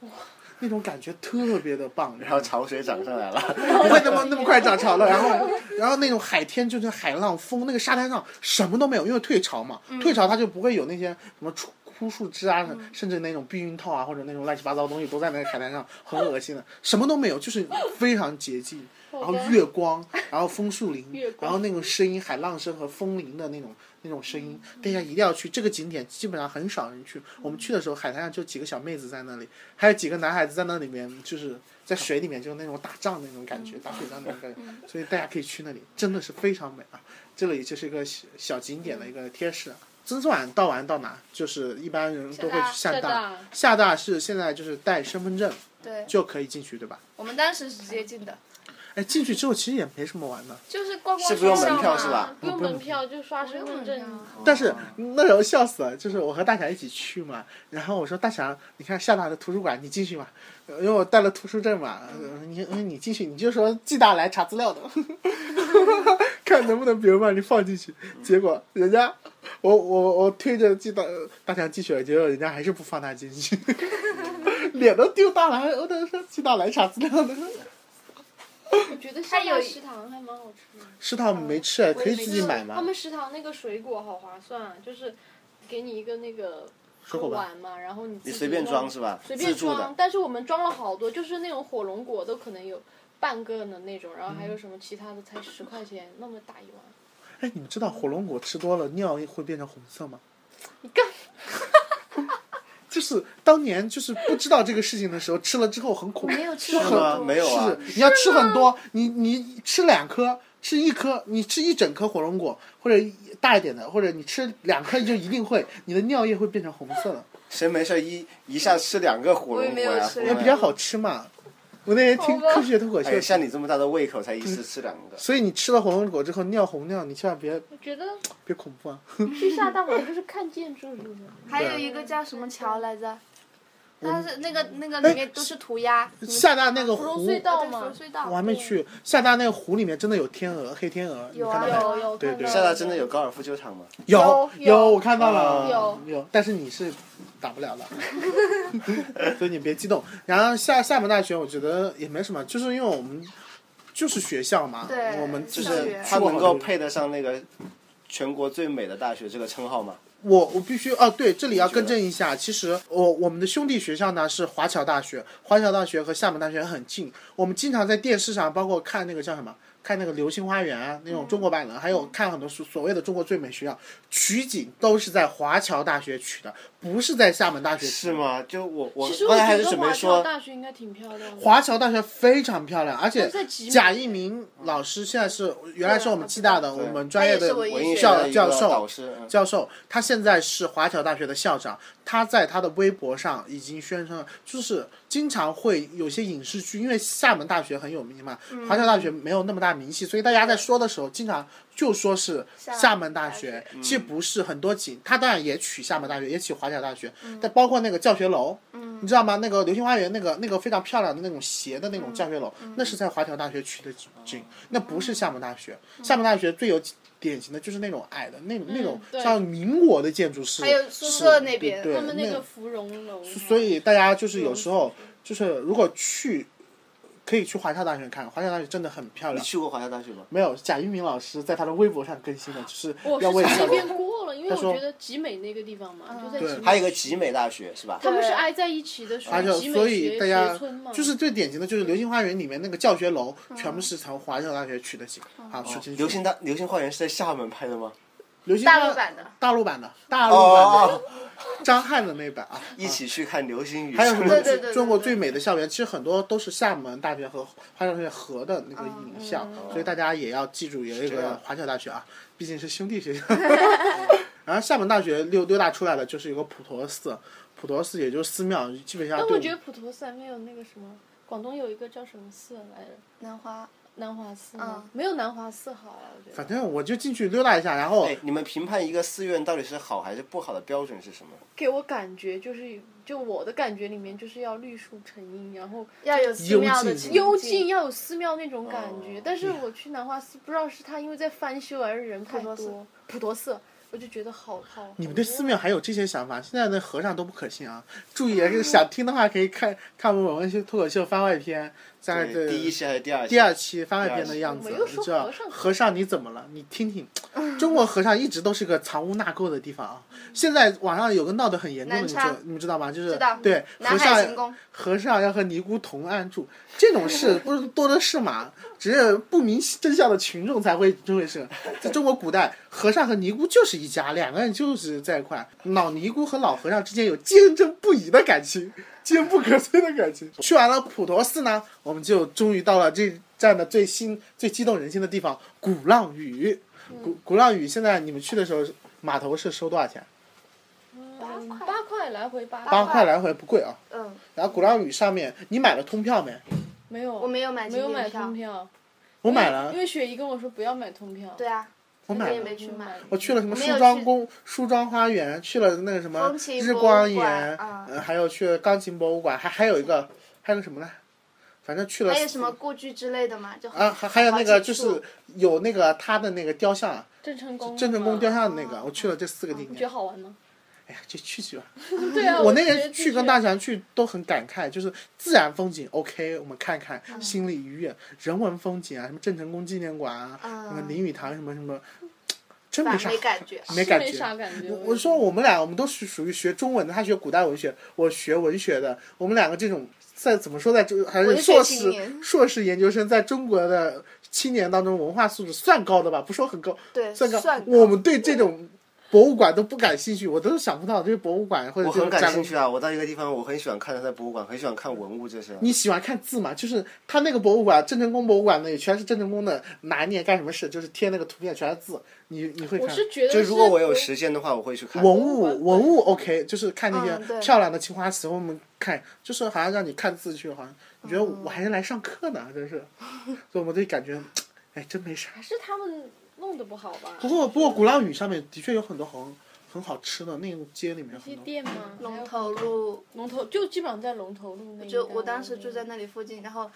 S1: 那种感觉特别的棒。
S6: 然后潮水涨上来了，
S1: 不会那么那么快涨潮了。然后，然后那种海天就是海浪风，那个沙滩上什么都没有，因为退潮嘛，退潮它就不会有那些什么枯枯树枝啊，甚至那种避孕套啊，或者那种乱七八糟的东西都在那个海滩上，很恶心的，什么都没有，就是非常洁净。然后月光，然后枫树林
S4: 月，光
S1: 然后那种声音，海浪声和风铃的那种那种声音，大家一定要去这个景点，基本上很少人去。我们去的时候，海滩上就几个小妹子在那里，还有几个男孩子在那里面，就是在水里面，就是那种打仗那种感觉，打水仗那种感觉。所以大家可以去那里，真的是非常美啊！这里就是一个小小景点的一个贴士啊。曾厝垵到完到哪？就是一般人都会去厦
S4: 厦
S1: 大
S4: 大，
S1: 厦大是现在就是带身份证
S5: 对，
S1: 就可以进去，对吧？
S5: 我们当时是直接进的，
S1: 哎，进去之后其实也没什么玩的，
S5: 就是逛逛
S6: 是不用
S5: 学校
S6: 门票
S5: 嘛
S6: 是吧？
S4: 不用门票就刷身
S5: 用
S4: 份
S5: 门
S4: 证
S5: 票，
S1: 但是那时候笑死了，就是我和大强一起去嘛，然后我说大强，你看厦大的图书馆，你进去嘛，呃因为我带了图书证嘛，呃你嗯你进去，你就说暨大来查资料的， 看能不能别人把你放进去。结果人家，我我我推着暨大呃大强进去了，结果人家还是不放他进去， 脸都丢大了，还我等说暨大来查资料
S4: 嗯
S1: 的。
S4: 我觉得
S5: 它
S4: 厦大
S5: 有
S4: 食堂还蛮好吃的。
S1: 食堂没吃，啊可以
S4: 我每
S1: 自己
S4: 次
S1: 买
S4: 他
S1: 吗？
S4: 们食堂那个水果好划算啊，就是给你一个那个
S1: 水果吧
S4: 碗嘛，然后你
S6: 你
S4: 你
S6: 随便装是吧？
S4: 随
S6: 自
S4: 便
S6: 助的
S4: 装，，但是我们装了好多，就是那种火龙果都可能有半个的那种，然后还
S6: 嗯
S4: 有什么其他的才十块钱，那么大一碗。
S1: 哎，你们知道火龙果吃多了尿会变成红色吗？
S4: 你干
S1: 就是当年就是不知道这个事情的时候，吃了之后很恐怖，
S4: 没有吃
S1: 就
S4: 过
S1: 很
S6: 是吗？没有啊，
S1: 是你要吃很多，你你吃两颗，吃一颗，你吃一整颗火龙果，或者一大一点的，或者你吃两颗，你就一定会，你的尿液会变成红色的，
S6: 谁没事一一下吃两个火龙
S5: 我也没
S6: 果
S5: 有
S6: 呀？
S5: 吃
S6: 我
S1: 也
S6: 们
S1: 比较好吃嘛。我那天听
S4: 好吧
S1: 科学脱口秀
S6: 哎，，像你这么大的胃口，才一次吃两个。
S1: 所以你吃了火龙果之后尿红尿，你千万别
S4: 我觉得
S1: 别恐怖啊！
S4: 去厦大好像就是看建筑什么的。
S5: 还有一个叫什么桥来着？它是那个那
S1: 哎
S5: 个里面都是涂鸦，
S1: 厦大那个
S4: 芙蓉
S1: 湖，
S4: 隧道
S5: 嘛，
S4: 嘛
S5: 对，，隧道
S1: 我还没去。厦大那个湖里面真的有天鹅，黑天鹅，你
S5: 有啊
S1: 看到没
S4: 有有
S1: 对对
S4: 看到
S6: 厦大真的有高尔夫球场吗？
S1: 有
S4: 有有
S1: 我看到了，
S4: 有
S1: 有，但是你是打不了 的，所以你别激动。然后厦厦门大学，我觉得也没什么，就是因为我们就是学校嘛，
S5: 对
S1: 我们就
S6: 就
S5: 校
S1: 是
S6: 是
S5: 园
S1: 去
S6: 它
S1: 过
S6: 能
S1: 好
S6: 够
S1: 多
S6: 配得上那个全国最美的大学这个称号吗？
S1: 我我必须哦，对，这里要更正一下，其实我我们的兄弟学校呢是华侨大学，华侨大学和厦门大学很近，我们经常在电视上，包括看那个叫什么，看那个《流星花园》啊，那种中国
S6: 嗯
S1: 版的，还有看很多所所谓的中国最美学校，取景都是在华侨大学取的，不是在厦门大学取
S6: 是
S1: 的。
S6: 吗？就我我
S4: 其实我
S6: 刚才还
S4: 觉
S6: 是
S4: 得
S6: 准备
S4: 华侨
S6: 说，
S4: 大学应该挺漂亮的。
S1: 华侨大学非常漂亮，而且
S4: 在集美
S1: 贾一鸣老师现在是原来是我们暨大的
S6: 对啊
S1: 我们专业
S5: 他
S1: 的
S5: 也是我
S6: 文艺
S5: 艺
S6: 学
S5: 学
S1: 校
S6: 的一
S1: 教
S6: 个
S1: 授
S6: 导师，嗯
S1: 教授，他现在是华侨大学的校长，他在他的微博上已经宣称，就是经常会有些影视剧，因为厦门大学很有名嘛，华侨大学没有那么大名气，所以大家在说的时候，经常就说是厦门大
S5: 厦
S1: 学
S5: 门，
S1: 其实不是很多景，他当然也取厦门大学，也取华侨大学，但包括那个教学楼，你知道吗？那个流星花园那个那个非常漂亮的那种斜的那种教学楼，那是在华侨大学取的景，那不是厦门大学，厦门大学最有。典型的就是那种矮的那种那种
S4: 对
S1: 像民国的建筑师，
S5: 还有宿舍那边
S1: 是对对
S4: 他们那
S1: 那
S4: 个芙蓉楼嘛，
S1: 所以大家就是有时候就是如果去，可以去华侨大学看，华侨大学真的很漂
S6: 你
S1: 亮。哦
S6: 去过华侨大学吗？
S1: 没有，贾一鸣老师在他的微博上更新的，就是
S4: 我
S1: 要为
S4: 是从
S1: 校
S4: 那边过了，因因为
S1: 他
S4: 我
S1: 说
S4: 觉得集美那个地方嘛，就在
S1: 对
S4: 集美，
S7: 还有一个集美大学是吧？
S4: 他们是挨在一起的属
S1: 而
S4: 于
S1: 且
S4: 集
S1: 所
S4: 美
S1: 以
S4: 学
S1: 大家
S4: 学村嘛，
S1: 就是最典型的就是《流星花园》里面那个教学楼，
S5: 嗯
S1: 全部是从华侨大学取的景啊，说清楚。
S6: 流星大流星花园是在厦门拍的吗？
S1: 流星
S5: 大陆版的，
S1: 大陆版的，大陆
S6: 哦
S1: 版的
S6: 哦，哦
S1: 张翰的那版啊。
S6: 一起去看流星雨。
S1: 还有什么
S5: 对对对
S1: 中国最美的校园？其实很多都是厦门大学和华侨大学合的那个
S5: 嗯
S1: 影像，所以大家也要记住，有一
S6: 这
S1: 个
S6: 样
S1: 华侨大学啊，毕竟是兄弟 学校。然后厦门大学溜溜达出来的就是有个普陀寺，普陀寺也就是寺庙，基本上
S4: 但
S1: 对
S4: 我
S1: 我
S4: 觉得
S1: 们
S4: 普陀寺还没有那个什么，广东有一个叫什么寺来着？
S5: 南花，
S4: 南华寺
S5: 嗯
S4: 吗？没有南华寺好啊，我觉
S1: 反
S4: 得。
S1: 正我就进去溜达一下，然后
S6: 哎，你们评判一个寺院到底是好还是不好的标准是什么？
S4: 给我感觉就是，就我的感觉里面就是要绿树成荫，然后
S5: 要有寺庙的
S1: 幽静
S4: 幽静，要有寺庙那种感觉。
S6: 哦
S4: 但是我去南华寺，不知道是他因为在翻修还是人太
S5: 普陀寺
S4: 多，普陀寺，我就觉得好好。
S1: 你们对寺庙还有这些想法？现在的和尚都不可信啊！注意，想听的话可以看看我们文学脱口秀番外篇，在这
S6: 对，第一期还是第二期？
S1: 第二期番外篇的样子，
S4: 我又
S1: 你
S4: 说
S1: 知道
S4: 和尚
S1: 和尚你怎么了？你听 听，中国和尚一直都是个藏污纳垢的地方啊！现在网上有个闹得很严重的，你
S5: 南
S1: 知
S5: 昌
S1: 道你们知道吗？就是
S5: 知道
S1: 对和
S5: 南海行
S1: 尚
S5: 宫，
S1: 和尚要和尼姑同案住，这种事不是多的是嘛？只是不明真相的群众才会这回事。在中国古代，和尚和尼姑就是一家，两个人就是在一块。老尼姑和老和尚之间有坚贞不移的感情，坚不可摧的感情。去完了普陀寺呢，我们就终于到了这站的最新、最激动人心的地方——鼓浪屿。
S4: 嗯
S1: 鼓鼓浪屿，现在你们去的时候，码头是收多少钱？
S4: 嗯八块来回八
S1: 八块来回不贵啊。
S5: 嗯，
S1: 然后鼓浪屿上面，你买了通票没？
S4: 没有，
S5: 我没有买
S4: 没有
S5: 经典
S4: 买
S5: 票
S4: 通票，
S1: 我买了
S4: 嗯因，为雪姨跟我说不要买通票。
S5: 对啊，
S1: 我
S5: 我
S1: 买
S5: 也
S1: 了。
S5: 没去买。
S1: 我哦去了什么
S5: 我没有
S1: 梳妆
S5: 去
S1: 宫、梳妆花园，去了那个什么
S5: 风情
S1: 日
S5: 博物
S1: 光
S5: 馆
S1: 园，
S5: 啊
S1: 呃，还有去钢琴博物馆，还还有一个，还有个什么呢？反正去了
S5: 还有
S1: 四
S5: 什么故居之类的吗？就
S1: 啊？还还有那个
S5: 好几
S1: 就
S5: 处
S1: 是有那个他的那个雕像啊，
S4: 郑成功，
S1: 郑
S5: 嗯
S1: 成功雕
S4: 嘛，
S1: 像的那个，我去了这四个地
S4: 你觉得
S1: 点，
S4: 好玩吗？
S1: 哎呀，就去去 吧。
S4: 对啊，
S1: 我
S4: 我
S1: 那
S4: 觉得
S1: 天
S4: 就
S1: 去
S4: 是
S1: 跟大强去都很感慨，就是自然风景 OK，我们看看
S5: 嗯
S1: 心里愉悦；人文风景啊，什么郑成功纪念馆啊，什么
S5: 嗯
S1: 林语堂什么什么，真没
S5: 反
S1: 啥
S5: 没感觉。
S1: 没
S4: 是
S1: 感
S4: 没
S1: 觉。
S4: 啥感觉。
S1: 我我说我们俩，我们都是属于学中文的，他学古代文学，我学文学的，我们两个这种在怎么说，在这还是
S5: 文学
S1: 硕
S5: 青
S1: 士
S5: 年
S1: 硕士研究生，在中国的青年当中，文化素质算高的吧？不说很高，
S5: 对，
S1: 算高。
S5: 算
S1: 我们对这种博物馆都不感兴趣，我都想不到这些博物馆或者
S6: 我
S1: 这种
S6: 很感
S1: 展
S6: 兴
S1: 览。
S6: 趣啊！我到一个地方，我很喜欢看他在博物馆，很喜欢看文物这些。
S1: 你喜欢看字吗？就是他那个博物馆，郑成功博物馆呢，也全是郑成功的拿捏干什么事，就是贴那个图片全是字，你你会看
S4: 我
S1: 吗？
S4: 是觉得，
S6: 就是如果我有时间的话，我会去看。
S1: 文物文物 OK，就是看那
S5: 嗯
S1: 些
S5: 对
S1: 漂亮的青花瓷，我们看就是好像让你看字去，好像你觉得我还是来上课呢，真是，所以我们就感觉，哎，真没啥。
S4: 还是他们弄得不好吧？
S1: 不过不过鼓浪屿上面的确有很多很很好吃的，那个街里面有
S4: 一些
S1: 很多。
S4: 店嘛，
S5: 龙头路，
S4: 龙头就基本上在龙头路那一带。
S5: 就我当时住在那里附近，然后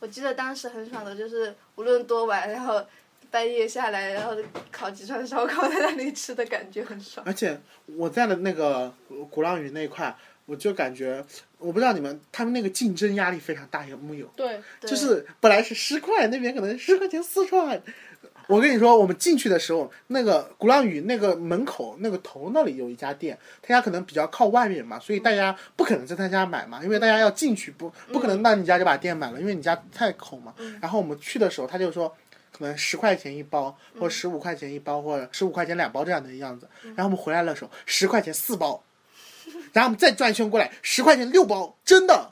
S5: 我记得当时很爽的就是无论多晚，然后半夜下来，然后烤几串烧 烤在那里吃的感觉很爽。
S1: 而且我在的那个鼓浪屿那一块，我就感觉，我不知道你们他们那个竞争压力非常大，有木有？
S4: 对，
S1: 就
S5: 对
S1: 是本来是十块，那边可能十块钱四块。我跟你说，我们进去的时候，那个鼓浪屿那个门口那个头那里有一家店，他家可能比较靠外面嘛，所以大家不可能在他家买嘛，因为大家要进去，不不可能到你家就把店买了，因为你家太口嘛。然后我们去的时候，他就说。可能十块钱一包，或十五块钱一包，或者十五块钱两包这样的样子。然后我们回来的时候，十块钱四包，然后我们再转一圈过来，十块钱六包，真的，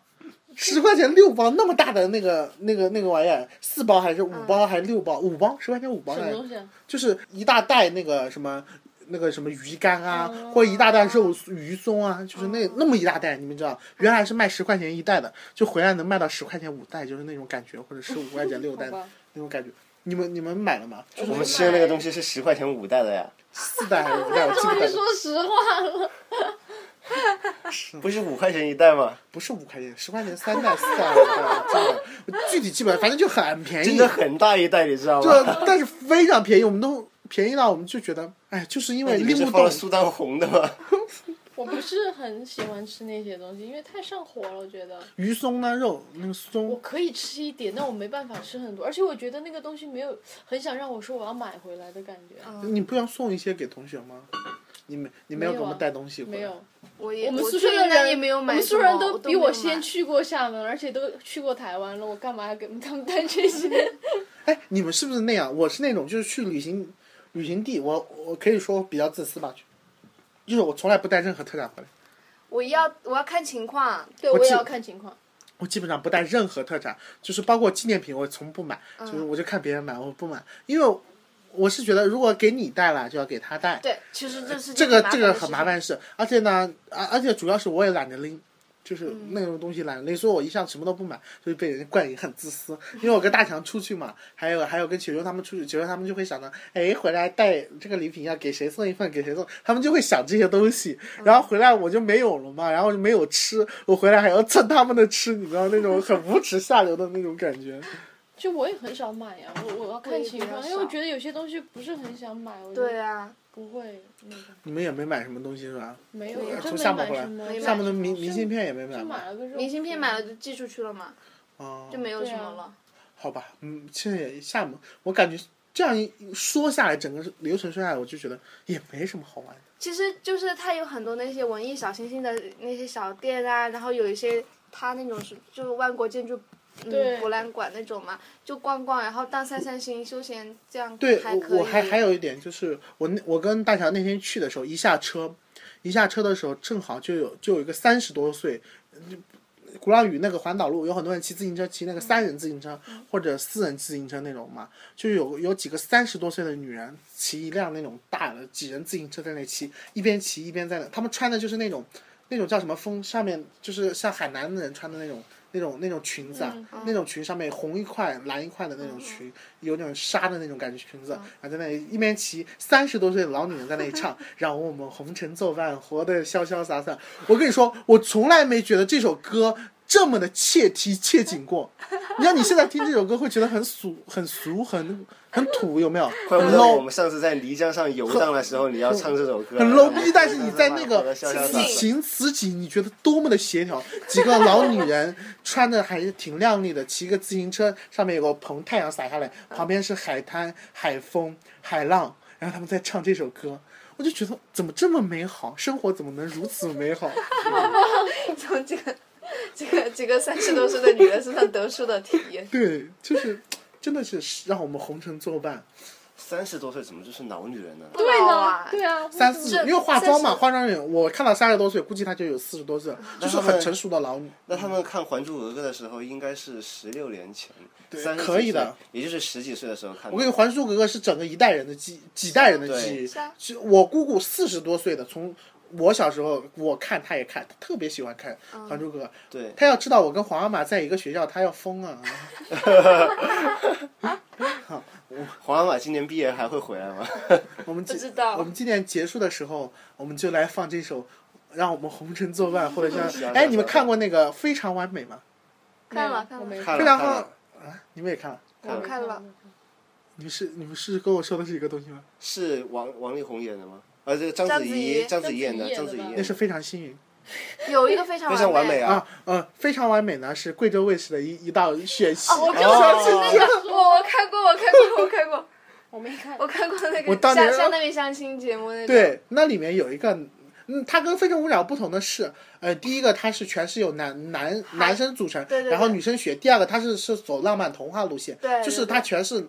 S1: 十块钱六包，那么大的那个那个那个玩意儿，四包还是五包还是六包？五包，十块钱五包
S4: 什么
S1: 来着，
S4: 东西啊？
S1: 就是一大袋那个什么。那个什么鱼干啊，
S4: 嗯
S1: 或者一大袋肉鱼松啊，就是那那么一大袋，你们知道，原来是卖十块钱一袋的，就回来能卖到十块钱五袋，就是那种感觉，或者十五块钱六袋
S4: 好吧嗯
S1: 那种感觉。你们你们买了吗？就是
S6: 我们吃的那个东西是十块钱五袋的呀，
S1: 四袋还是 五袋？我记不
S4: 终于
S1: 得
S4: 说
S1: 了，
S4: 实话了，
S6: 不是五块钱一袋吗？
S1: 不是五块钱，十块钱三袋、四袋、五袋，记不得了具体记不得了，反正就很便宜，
S6: 真 的很大一袋，你知道吗？
S1: 这但是非常便宜，我们都便宜到我们就觉得，哎，就是因为
S6: 你
S1: 利
S6: 不是
S1: 木
S6: 放
S1: 洞
S6: 了，苏丹红的吗？
S4: 我不是很喜欢吃那些东西，因为太上火了，我觉得。
S1: 鱼松呢，肉那个
S4: 我
S1: 松，
S4: 可以吃一点，但我没办法吃很多，而且我觉得那个东西没有很想让我说我要买回来的感觉。
S1: 你不要送一些给同学吗？你没你没有
S4: 没
S1: 给
S4: 有
S1: 我
S4: 啊
S1: 们带东西回来？
S4: 没有，
S5: 我也
S4: 我们
S5: 我
S4: 宿舍
S5: 最
S4: 的
S5: 应该
S4: 人
S5: 也没有买
S4: 我们
S5: 什
S4: 宿
S5: 么，
S4: 舍人都
S5: 都
S4: 比我
S5: 没有买
S4: 先。去过厦门，而且都去过台湾了，我干嘛要给他们 带这些？
S1: 哎，你们是不是那样？我是那种就是去旅行，旅行地，我我可以说比较自私吧，就是我从来不带任何特产回来，
S5: 我要我要看情况，
S4: 对，
S1: 我
S4: 我也
S1: 记
S4: 要看情况。
S1: 我基本上不带任何特产，就是包括纪念品我从不买，
S4: 嗯
S1: 就是我就看别人买，我不买，因为我是觉得如果给你带了就要给他带，
S5: 对，其实这是
S1: 这个这个很麻
S5: 烦的
S1: 烦的事，而且呢，啊而而且主要是我也懒得拎，就是
S5: 嗯
S1: 那种东西懒得拎，所以我一向什么都不买，就是被人怪也很自私。因为我跟大强出去嘛，还有还有跟球球他们出去，球球他们就会想着，哎，回来带这个礼品要给谁送一份，给谁送，他们就会想这些东西，
S5: 嗯
S1: 然后回来我就没有了嘛，然后就没有吃，我回来还要蹭他们的吃，你知道那种很无耻下流的那种感觉。
S4: 就我也很少买呀，我我要
S5: 我
S4: 看
S5: 也
S4: 情
S5: 比较
S4: 况，因为我
S5: 少
S4: 觉得有些东西不是很想买，我
S5: 事情。
S4: 就
S5: 对啊，
S4: 不会那个
S1: 你们也没买什么东西是吧？
S4: 没有，
S5: 对
S4: 我真
S1: 从
S4: 没
S1: 厦门
S4: 买
S1: 回来
S4: 什么，
S5: 没买
S1: 厦门的
S5: 什么
S1: 明明信片也没买
S4: 就
S1: 吗
S4: 买了个肉
S5: 明信片买了就寄出去了嘛，
S1: 哦
S5: 就没有什么
S4: 嗯对啊
S5: 了。
S1: 好吧，嗯，现在也厦门，我感觉这样一说下来，整个流程说下来，我就觉得也没什么好玩的。
S5: 其实就是它有很多那些文艺小星星的那些小店啊，然后有一些它那种是就是万国建筑。
S4: 对
S5: 嗯，博览馆那种嘛，就逛逛，然后当散散心、休闲，这样
S1: 对，
S5: 还可
S1: 我
S5: 以。
S1: 我还还有一点就是，我那我跟大乔那天去的时候，一下车，一下车的时候，正好就有就有一个三十多岁，嗯鼓浪屿那个环岛路有很多人骑自行车，骑那个
S5: 嗯
S1: 三人自行车、或者四人自行车那种嘛，就有有几个三十多岁的女人骑一辆那种大的几人自行车在那骑，一边骑一边在那，他们穿的就是那种那种叫什么风，上面就是像海南人穿的那种。那种那种裙子啊，那种裙上面红一块蓝一块的那种裙，有那种纱的那种感觉裙子，然后在那里一边骑，三十多岁的老女人在那里唱， 让我们红尘作伴，活得潇潇洒洒。我跟你说，我从来没觉得这首歌这么的切题切景过。你像你现在听这首歌，会觉得很俗、很俗、很很土，有没有？
S6: 怪
S1: 很
S6: 不得我
S1: low。
S6: 们上次在漓江上游荡的时候，你要唱这首歌，
S1: 很 low 逼，但是你在那
S6: 活
S1: 个
S6: 得潇潇洒
S1: 此
S6: 洒
S1: 情此景，你觉得多么的协调？几个老女人穿的还是挺靓丽的，骑个自行车，上面有个棚，太阳洒下来，旁边是海滩、海风、海浪，然后他们在唱这首歌，我就觉得怎么这么美好，生活怎么能如此美好？。
S5: 从 这个、这个、这个三十多岁的女人身上得出的体验
S1: 对，就是真的是让我们红尘作伴。
S6: 三十多岁怎么就是老女人呢？
S4: 对
S5: 好
S4: 呢
S5: 啊，
S4: 对啊，
S1: 三四，因为化妆嘛，化妆人，我看到三十多岁，估计她就有四十多岁，就是很成熟的老女。
S6: 那他们看《还珠格格》的时候，应该是十六年前，三
S1: 可以的，
S6: 也就是十几岁的时候看的。
S1: 我跟你，《还珠格格》是整个一代人的记，几代人的记忆。
S5: 啊
S1: 是我姑姑四十多岁的，从我小时候我看她也看，她特别喜欢看
S5: 嗯
S1: 《还珠格格》。
S6: 对
S1: 她要知道我跟皇阿玛在一个学校，她要疯 啊！
S6: 皇阿玛今年毕业还会回来吗？
S1: 我们不
S5: 知道
S1: 我们今年结束的时候，我们就来放这首《让我们红尘作伴》，或者
S6: 行
S1: 像
S6: 行
S1: 哎，你们
S6: 行
S1: 看过那个《非常完美》吗？
S5: 看了
S4: 没有我没
S5: 看了
S6: 看
S1: 非
S6: 了
S1: 常好
S6: 看了，
S1: 啊！你们也看了？
S5: 我
S4: 没
S5: 看了，
S1: 你们是你们是跟我说的是一个东西吗？
S6: 是王王力宏演的吗？啊，这个章
S5: 章
S6: 子
S5: 子
S6: 怡，
S5: 怡
S6: 章子怡演的，章
S4: 章
S6: 子
S4: 子怡
S6: 怡
S4: 演的吧
S6: 演
S1: 那
S6: 的，
S1: 是非常幸运
S5: 有一个非常
S6: 非常完美
S5: 美。
S6: 啊
S1: 啊！，呃，非常完美呢是贵州卫视的一一道选戏。
S5: 我就
S6: 哦
S5: 想吃那个， 我我看过，我看过，我看过，
S4: 我没看。
S5: 我看过那
S1: 我
S5: 个
S1: 当
S5: 像
S1: 年
S5: 像那边相亲节目那种。，
S1: 对，那里面有一个，嗯，它跟《非诚勿扰》不同的是，呃，第一个它是全是由男男男生组成，
S5: 对对对
S1: 然后女生学；第二个它是是走浪漫童话路线，
S5: 对对
S1: 就是它全是。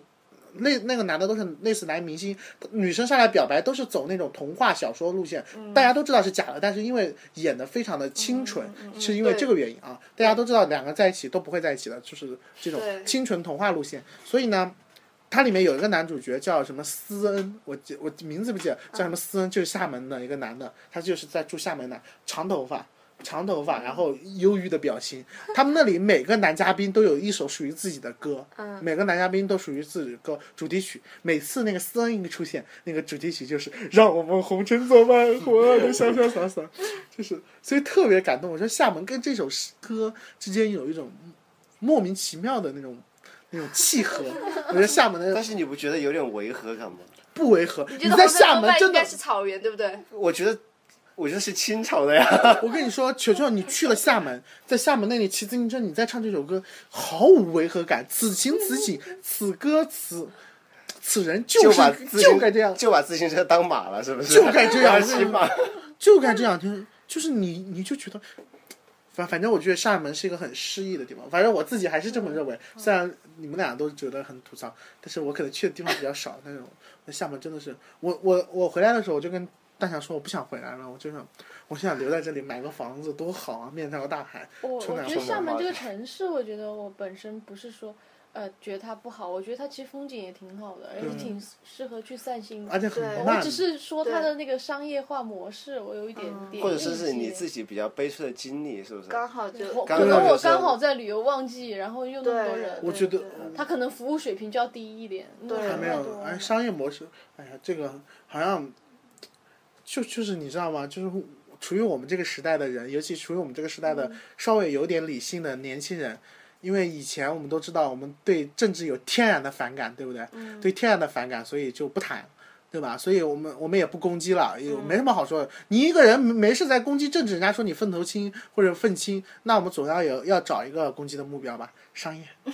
S1: 那那个男的都是类似男明星，女生上来表白都是走那种童话小说路线，
S5: 嗯
S1: 大家都知道是假的，但是因为演的非常的清纯，是因为
S5: 嗯对
S1: 这个原因啊，大家都知道两个在一起都不会在一起的，就是这种
S5: 对
S1: 清纯童话路线，所以呢，它里面有一个男主角叫什么思恩，我记我名字不记得，叫
S5: 嗯
S1: 什么思恩，就是厦门的一个男的，他就是在住厦门的，长头发。长头发，然后忧郁的表情。他们那里每个男嘉宾都有一首属于自己的歌，每个男嘉宾都属于自己的歌主题曲。每次那个思恩一出现，那个主题曲就是“让我们红尘作伴，活得潇潇洒洒”， 就是所以特别感动。我说厦门跟这首诗歌之间有一种莫名其妙的那种那种契合。我觉得厦门的
S6: 但是你不觉得有点违和感吗？
S1: 不违和，
S5: 你
S1: 你
S5: 觉得
S1: 在
S5: 红山
S1: 厦
S5: 多
S1: 门
S5: 半
S1: 真
S5: 应
S1: 的
S5: 该是草原，对不对？
S6: 我觉得我觉得是清朝的呀。
S1: 我跟你说，球球，你去了厦门，在厦门那里骑自行车，你再唱这首歌，毫无违和感。此情此景，此歌此此人 就
S6: 把
S1: 是
S6: 自
S1: 就
S6: 行
S1: 该这样，
S6: 就把自行车当马了，是不是？
S1: 就该这 样
S6: 骑马。
S1: 就该这样。就是就是你你就觉得，反反正我觉得厦门是一个很诗意的地方。反正我自己还是这么认为。
S4: 嗯
S1: 虽然你们俩都觉得很吐槽，但是我可能去的地方比较少。但是我那厦门真的是，我我我回来的时候我就跟大强说，我不想回来了，我就想我想留在这里买个房子多好啊，面朝大海。
S4: 我
S1: 春
S4: 我
S1: 暖
S4: 觉得
S6: 花
S4: 厦门这
S6: 开
S4: 个城市，我觉得我本身不是说，呃，觉得它不好，我觉得它其实风景也挺好的，而
S1: 嗯
S4: 且挺适合去散心的。
S1: 而且很
S5: 对
S1: 慢
S4: 我只是说
S5: 对
S4: 它
S5: 嗯
S4: 的那个商业化模式，我有一点点
S6: 或者说是你
S4: 意见
S6: 自己比较悲催的经历，是不是？
S5: 刚好
S4: 我
S5: 就
S6: 刚
S4: 可能
S6: 好就
S4: 我
S6: 是
S4: 刚好在旅游旺季，然后又那么多人，
S1: 我
S5: 对
S1: 觉得
S5: 对
S4: 他可能服务水平就要低一点。
S5: 对
S4: 还
S1: 还没有，哎，商业模式，哎呀，这个好像就就是你知道吗？就是处于我们这个时代的人，尤其处于我们这个时代
S4: 嗯
S1: 的稍微有点理性的年轻人，因为以前我们都知道，我们对政治有天然的反感，对不对？
S4: 嗯
S1: 对天然的反感，所以就不谈。对吧？所以我们我们也不攻击了，也
S4: 嗯
S1: 没什么好说的。你一个人没没事在攻击政治，人家说你愤头青或者愤青，那我们总要有要找一个攻击的目标吧？商业，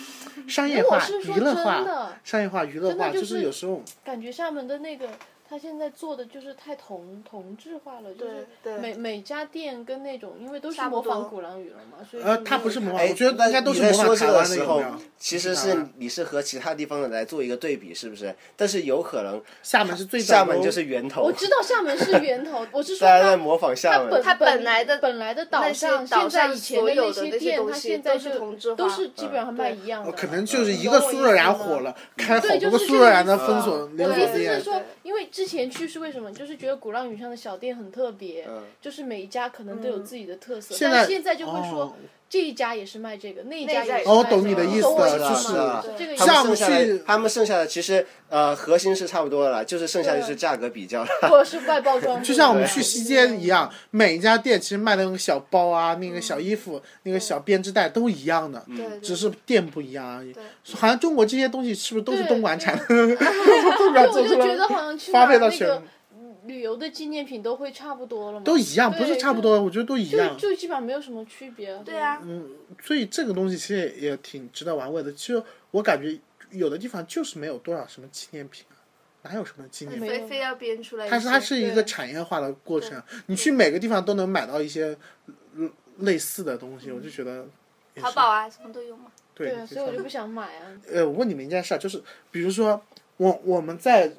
S1: 商业
S4: 如果
S1: 化、
S4: 哎是说
S1: 娱乐
S4: 真的
S1: 化、商业化、娱乐
S4: 真的
S1: 化，
S4: 就是嗯
S1: 有时候
S4: 感觉厦门的那个，他现在做的就是太同同质化了，就是
S5: 对对
S4: 每每家店跟那种，因为都是
S5: 差不
S4: 模仿
S5: 多哎
S4: 古朗语了嘛，所以
S1: 呃，
S4: 就
S1: 他
S4: 没
S1: 不
S4: 有
S1: 是模
S4: 看
S1: 仿，我觉得
S6: 那
S1: 大家都
S6: 哎你
S1: 是
S6: 在
S1: 模仿
S6: 说这
S1: 台
S6: 个
S1: 湾的
S6: 时
S1: 有
S6: 候
S1: 没有？，
S6: 其实
S1: 台
S6: 是
S1: 湾
S6: 你是和其他地方的来做一个对比，是不是？但是有可能
S1: 厦门是最早
S6: 厦
S1: 的
S6: 门
S1: 哦
S6: 就是源头
S4: 我，知道厦门是源头，我是说
S6: 大家在
S4: 他
S6: 模仿厦
S4: 他
S6: 门
S4: 本。
S5: 它本来的
S4: 本来的
S5: 那
S4: 岛
S5: 些
S4: 上，
S5: 岛
S4: 现在
S5: 上
S4: 以前
S5: 所有
S4: 那
S5: 的那些
S4: 店，
S5: 东
S4: 他
S5: 西
S4: 现在
S5: 都是
S4: 就
S5: 同质化嗯
S4: 都是基本上卖一样的。
S1: 哦可能就是一
S4: 懂
S1: 个
S4: 我
S1: 苏
S4: 意
S1: 若
S4: 思
S1: 然
S4: 吗
S1: 火了，开好
S4: 对
S1: 多
S4: 就
S1: 个
S4: 是
S1: 苏
S4: 这
S1: 若
S4: 个
S1: 然的
S4: 意思
S1: 分
S4: 啊
S1: 所连
S4: 我的
S1: 锁
S4: 意思
S5: 对
S1: 店
S4: 是
S5: 对，
S4: 说
S5: 对，
S4: 因为之前去是为什么？就是觉得鼓浪屿上的小店很特别，
S6: 嗯
S4: 就是每一家可能都
S5: 嗯
S4: 有自己的特色。但
S1: 在
S4: 是现在就会说、
S1: 哦
S4: 这一家也是卖这个，那一
S5: 那一家
S4: 也
S5: 也
S4: 是
S5: 是
S4: 卖
S5: 卖
S1: 哦懂
S4: 这
S1: 你
S4: 个
S1: 的意
S4: 懂
S1: 思
S4: 我
S1: 了
S4: 意思
S1: 就
S4: 吗
S1: 是
S4: 对
S6: 是
S4: 这个意
S6: 他
S4: 思
S1: 像
S6: 们
S1: 我们
S6: 剩下的
S1: 去，
S6: 他们剩下的其实呃核心是差不多的啦，就是剩下
S4: 对啊
S6: 就是价格比
S1: 啊
S6: 较了。
S4: 或者是外包装，
S1: 就像我们去西街一样，每一家店其实卖的那个小包啊，那个小衣服，那个小编织袋都一样的，
S4: 嗯
S5: 对对
S1: 嗯只是店不一样而已
S5: 对。
S1: 好像中国这些东西是不是都是
S4: 对
S1: 东莞产的？
S4: 对，
S1: 东莞
S4: 我
S1: 做
S4: 就
S1: 出来
S4: 觉得好像去
S1: 发
S4: 哪
S1: 配到
S4: 那
S1: 全
S4: 个旅游的纪念品都会差不多了嘛，
S1: 都一样，不
S4: 对
S1: 是差不
S4: 对
S1: 多，我觉得都一
S4: 就
S1: 样。
S4: 就基本上没有什么区别。
S5: 对啊，
S1: 嗯所以这个东西其实也也挺值得玩味的。其实我感觉有的地方就是没有多少什么纪念品啊，哪有什么纪念品？
S4: 没
S5: 非
S4: 有
S5: 非要编出来一些。
S1: 它是它是一个产业化的过程，你去每个地方都能买到一些呃类似的东西，我就觉得也是
S5: 淘宝啊，什么都有嘛。
S1: 对
S4: 对，，所以我就不想买啊。
S1: 呃，我问你们一件事儿，就是比如说我我们在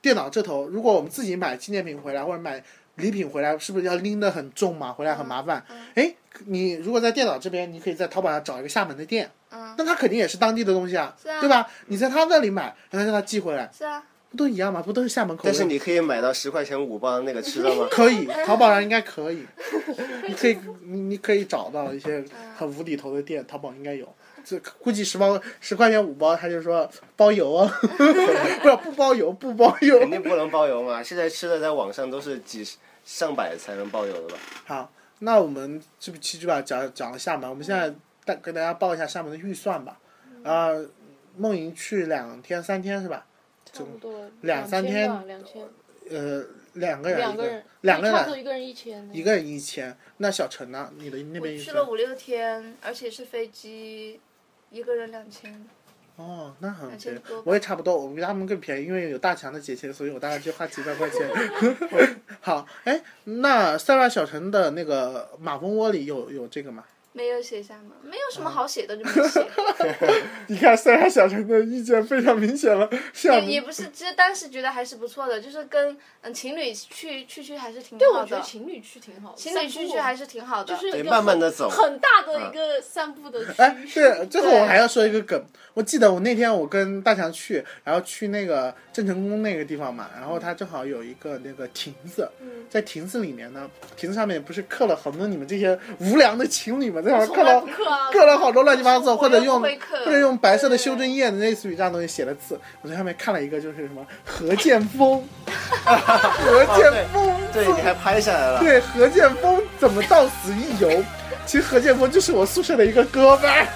S1: 电脑这头，如果我们自己买纪念品回来或者买礼品回来，是不是要拎得很重嘛？回来很麻烦。
S5: 嗯
S1: 哎、你如果在电脑这边，你可以在淘宝上找一个厦门的店，
S5: 嗯
S1: 那他肯定也是当地的东西啊，
S5: 是啊
S1: 对吧？你在他那里买，然后让他寄回来，
S5: 是啊，
S1: 不都一样吗？不都是厦门口味
S6: 但
S1: 吗？？
S6: 是你可以买到十块钱五磅的那个吃的吗
S1: 可 以，淘宝上应该可以，你可以，你你可以找到一些很无厘头的店，淘宝应该有。这估计十包十块钱五包，他就说包邮啊， 不是不包邮不包邮
S6: 肯。定不能包邮嘛！现在吃的在网上都是几十上百才能包邮的吧？
S1: 好，那我们这期就把讲讲了厦门，我们现在大跟大家报一下厦门的预算吧。啊、梦莹去两天三天是吧？
S4: 差不多
S1: 两三
S4: 千
S1: 天
S4: 吧，两千，
S1: 呃，两个人
S4: 两
S1: 一个
S4: 人，
S1: 两个
S4: 差不多
S1: 人
S4: 一个人一千。
S1: 一个人一千。那小陈呢？你的那
S5: 我
S1: 边预
S5: 去
S1: 算
S5: 了？五六天，而且是飞机，一个人两千。
S1: 哦，那很
S5: 两
S1: 便
S5: 千
S1: 宜
S5: 多，
S1: 我也差不多，我比他们更便宜，因为有大强的姐姐，所以我大概就花几百块钱。好，哎，那塞外小城的那个马蜂窝里有有这个吗？
S5: 没有写厦门，没有什么好写的，就没 写。
S1: 你看塞外小城的意见非常明显了，厦
S5: 也也不是，其实当时觉得还是不错的，就是跟嗯情侣去去去还是挺
S4: 对，
S5: 好
S4: 我觉得
S5: 的，
S4: 情侣去挺好的，
S5: 情侣去去还是挺好的，
S4: 就是
S6: 得
S4: 一个
S6: 慢慢的走。嗯
S4: 很 大的一个散步的区
S1: 哎，
S4: 域。
S1: 对，最后
S5: 对
S1: 我还要说一个梗。我记得我那天我跟大强去，然后去那个郑成功那个地方嘛，然后他正好有一个那个亭子，在亭子里面呢，亭子上面不是刻了很多你们这些无良的情侣嘛，在上面刻
S4: 从来
S1: 了
S4: 不刻啊
S1: 刻了好多乱七八糟，
S5: 我
S1: 或
S5: 又
S1: 者
S5: 不
S1: 用
S5: 会刻
S1: 或者用白色的修正液，类似于这样东西写的字。我在上面看了一个，就是什么何剑 锋，何剑锋
S6: 对，你还拍下来了。
S1: 对，何剑锋怎么到此一游？其实何建国就是我宿舍的一个哥们儿，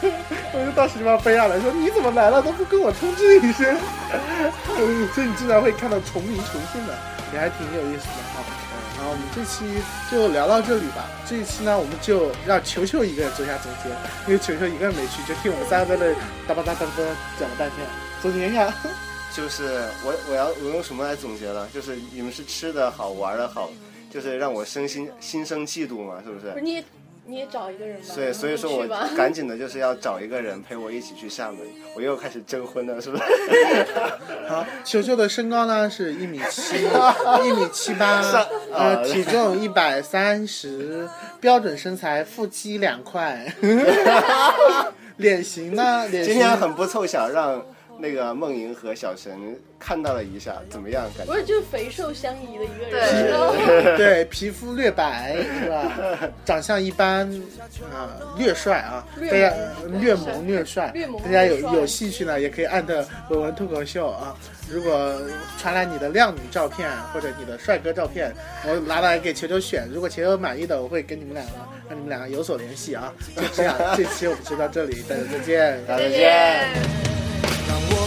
S1: 我就当时就把他背上来说你怎么来了都不跟我通知一声， 嗯所以你经常会看到重名重姓的，也还挺有意思的哈。嗯然后我们这期就聊到这里吧。这一期呢，我们就让球球一个人做一下总结，因为球球一个人没去，就听我们三个在那哒吧哒哒哒讲了半天。总结一下，
S6: 就是我我要我用什么来总结了？就是你们是吃的好，玩的好，就是让我身心心生嫉妒嘛，是不
S4: 不
S6: 是
S4: 是？你也你也找一个人吧，嗯
S6: 所以所以说我
S4: 去吧。
S6: 赶紧的就是要找一个人陪我一起去厦门，我又开始征婚了，是不是？
S1: 好，球球的身高呢是一米七，一米七八，呃，体重一百三十，标准身材，腹肌两块， 脸型呢，脸型
S6: 今天很不凑巧，让那个梦莹和小神看到了一下，怎么样？感
S4: 不
S6: 觉
S4: 是，就是肥瘦相宜的一个人，
S5: 对
S4: 然后
S1: 对，皮肤略白是吧？长相一般，啊、略帅啊，
S4: 略
S1: 大家
S4: 萌
S1: 略萌略帅，
S4: 略萌
S1: 大家有
S4: 略帅
S1: 有兴趣呢，也可以艾特文文脱口秀啊。如果传来你的靓女照片或者你的帅哥照片，我拿来给球球选。如果球球满意的，我会跟你们两个让你们两个有所联系啊。就这样，这期我们就到这里，大家再见。
S6: 大家再见。
S2: 让我